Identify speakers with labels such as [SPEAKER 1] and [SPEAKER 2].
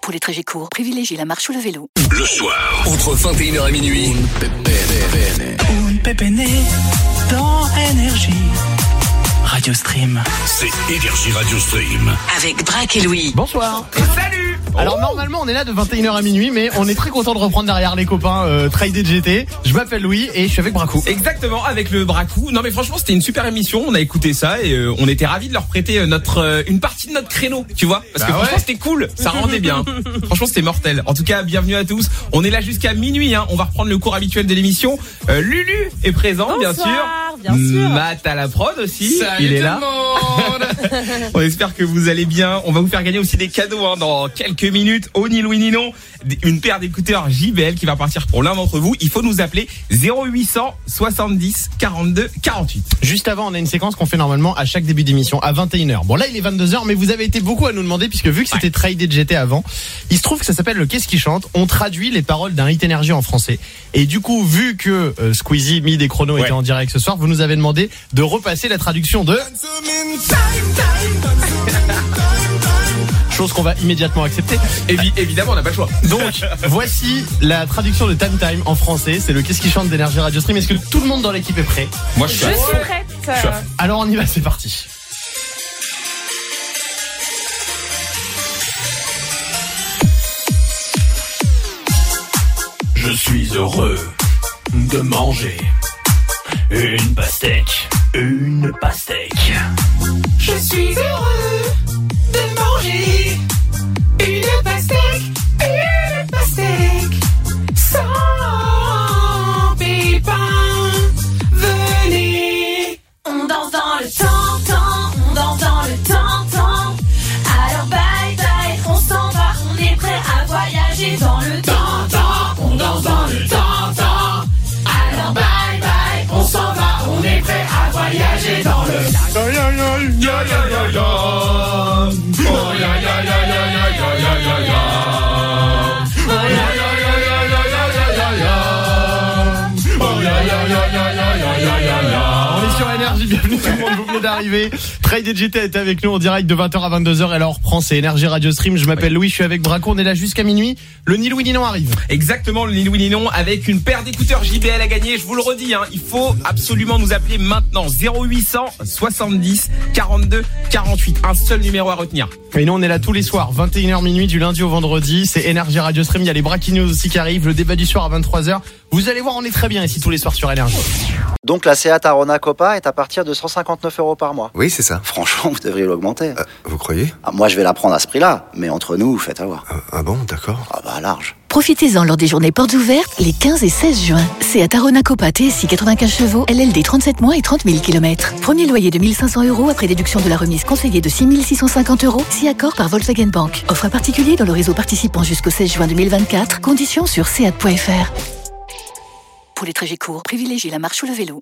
[SPEAKER 1] Pour les trajets courts, privilégiez la marche ou le vélo.
[SPEAKER 2] Le soir, entre 21h et minuit.
[SPEAKER 3] Un pépéné dans énergie. Radio Stream.
[SPEAKER 2] C'est Énergie Radio Stream.
[SPEAKER 4] Avec Braque et Louis.
[SPEAKER 5] Bonsoir. Salut. Alors normalement on est là de 21h à minuit mais on est très content de reprendre derrière les copains euh, Try Day de GT. Je m'appelle Louis et je suis avec Bracou.
[SPEAKER 6] Exactement, avec le Bracou. Non mais franchement, c'était une super émission. On a écouté ça et euh, on était ravis de leur prêter euh, notre euh, une partie de notre créneau, tu vois. Parce que
[SPEAKER 5] Bah ouais.
[SPEAKER 6] franchement, c'était cool. Ça rendait bien. franchement, c'était mortel. En tout cas, bienvenue à tous. On est là jusqu'à minuit. Hein. On va reprendre le cours habituel de l'émission. Euh, Lulu est présent, Oh, bien sûr.
[SPEAKER 7] bien sûr.
[SPEAKER 6] Matt à la prod aussi. Il est là. On espère que vous allez bien. On va vous faire gagner aussi des cadeaux hein, dans quelques minutes. Oh ni Louis ni non. Des- Une paire d'écouteurs JBL qui va partir pour l'un d'entre vous. Il faut nous appeler 0800 70 42 48.
[SPEAKER 5] Juste avant on a une séquence qu'on fait normalement à chaque début d'émission à 21h. Bon là il est 22h mais vous avez été beaucoup à nous demander puisque vu que c'était Try Day de GT avant, il se trouve que ça s'appelle le Qu'est-ce qui chante. On traduit les paroles d'un hit énergie en français. Et du coup vu que euh, Squeezie, Mid et Chrono étaient en direct ce soir, vous nous avez demandé de repasser la traduction de... Chose qu'on va immédiatement accepter.
[SPEAKER 6] Évi- évidemment, on n'a pas le choix.
[SPEAKER 5] Donc, voici la traduction de Time Time en français. C'est le Qu'est-ce qui chante d'énergie Radio Stream. Est-ce que tout le monde dans l'équipe est prêt
[SPEAKER 6] Moi, je suis.
[SPEAKER 7] Je
[SPEAKER 6] à-
[SPEAKER 7] suis prête.
[SPEAKER 6] suis à
[SPEAKER 7] euh,
[SPEAKER 5] Alors, on y va, c'est parti.
[SPEAKER 2] Je suis heureux de manger une pastèque, une pastèque.
[SPEAKER 3] Je suis heureux de manger une pastèque, une pastèque, sans pépins. Venez, on danse dans le temps, temps, on danse dans le temps, temps. Alors bye bye, on s'en va, on est prêt à voyager dans le temps, temps, on danse dans le temps, temps. Alors bye bye, on s'en va, on est prêt à voyager dans le
[SPEAKER 5] On est sur énergie. Bienvenue tout le monde. Vous venez d'arriver. Trade GT est avec nous en direct de 20h à 22h. Et là, on reprend. C'est énergie Radio Stream. Je m'appelle Louis. Je suis avec Braco. On est là jusqu'à minuit. Le Ni Louis Ni Non arrive.
[SPEAKER 6] Exactement, le ni oui ni non avec une paire d'écouteurs JBL à gagner. Je vous le redis, hein, il faut absolument nous appeler maintenant 0800 70 42 48. Un seul numéro à retenir.
[SPEAKER 5] Et nous, on est là tous les soirs, 21h minuit, du lundi au vendredi. C'est Énergie Radio Stream. Il y a les Braki News aussi qui arrivent. Le débat du soir à 23h. Vous allez voir, on est très bien ici tous les soirs sur Énergie.
[SPEAKER 8] Donc la Seat Arona Copa est à partir de 159 euros par mois.
[SPEAKER 9] Oui, c'est ça.
[SPEAKER 8] Franchement, vous devriez l'augmenter.
[SPEAKER 9] Euh, vous croyez
[SPEAKER 8] Ah, moi, je vais la prendre à ce prix-là, mais entre nous, faites avoir.
[SPEAKER 9] Euh, Ah bon, d'accord.
[SPEAKER 8] Ah bah large.
[SPEAKER 1] Profitez-en lors des journées portes ouvertes les 15 et 16 juin. C'est à Tarona Copa TSI 95 chevaux, LLD 37 mois et 30 000 km. Premier loyer de 1500 euros après déduction de la remise conseillée de 6 650 euros, si accord par Volkswagen Bank. Offre à particulier dans le réseau participant jusqu'au 16 juin 2024. Conditions sur seat.fr. Pour les trajets courts, privilégiez la marche ou le vélo.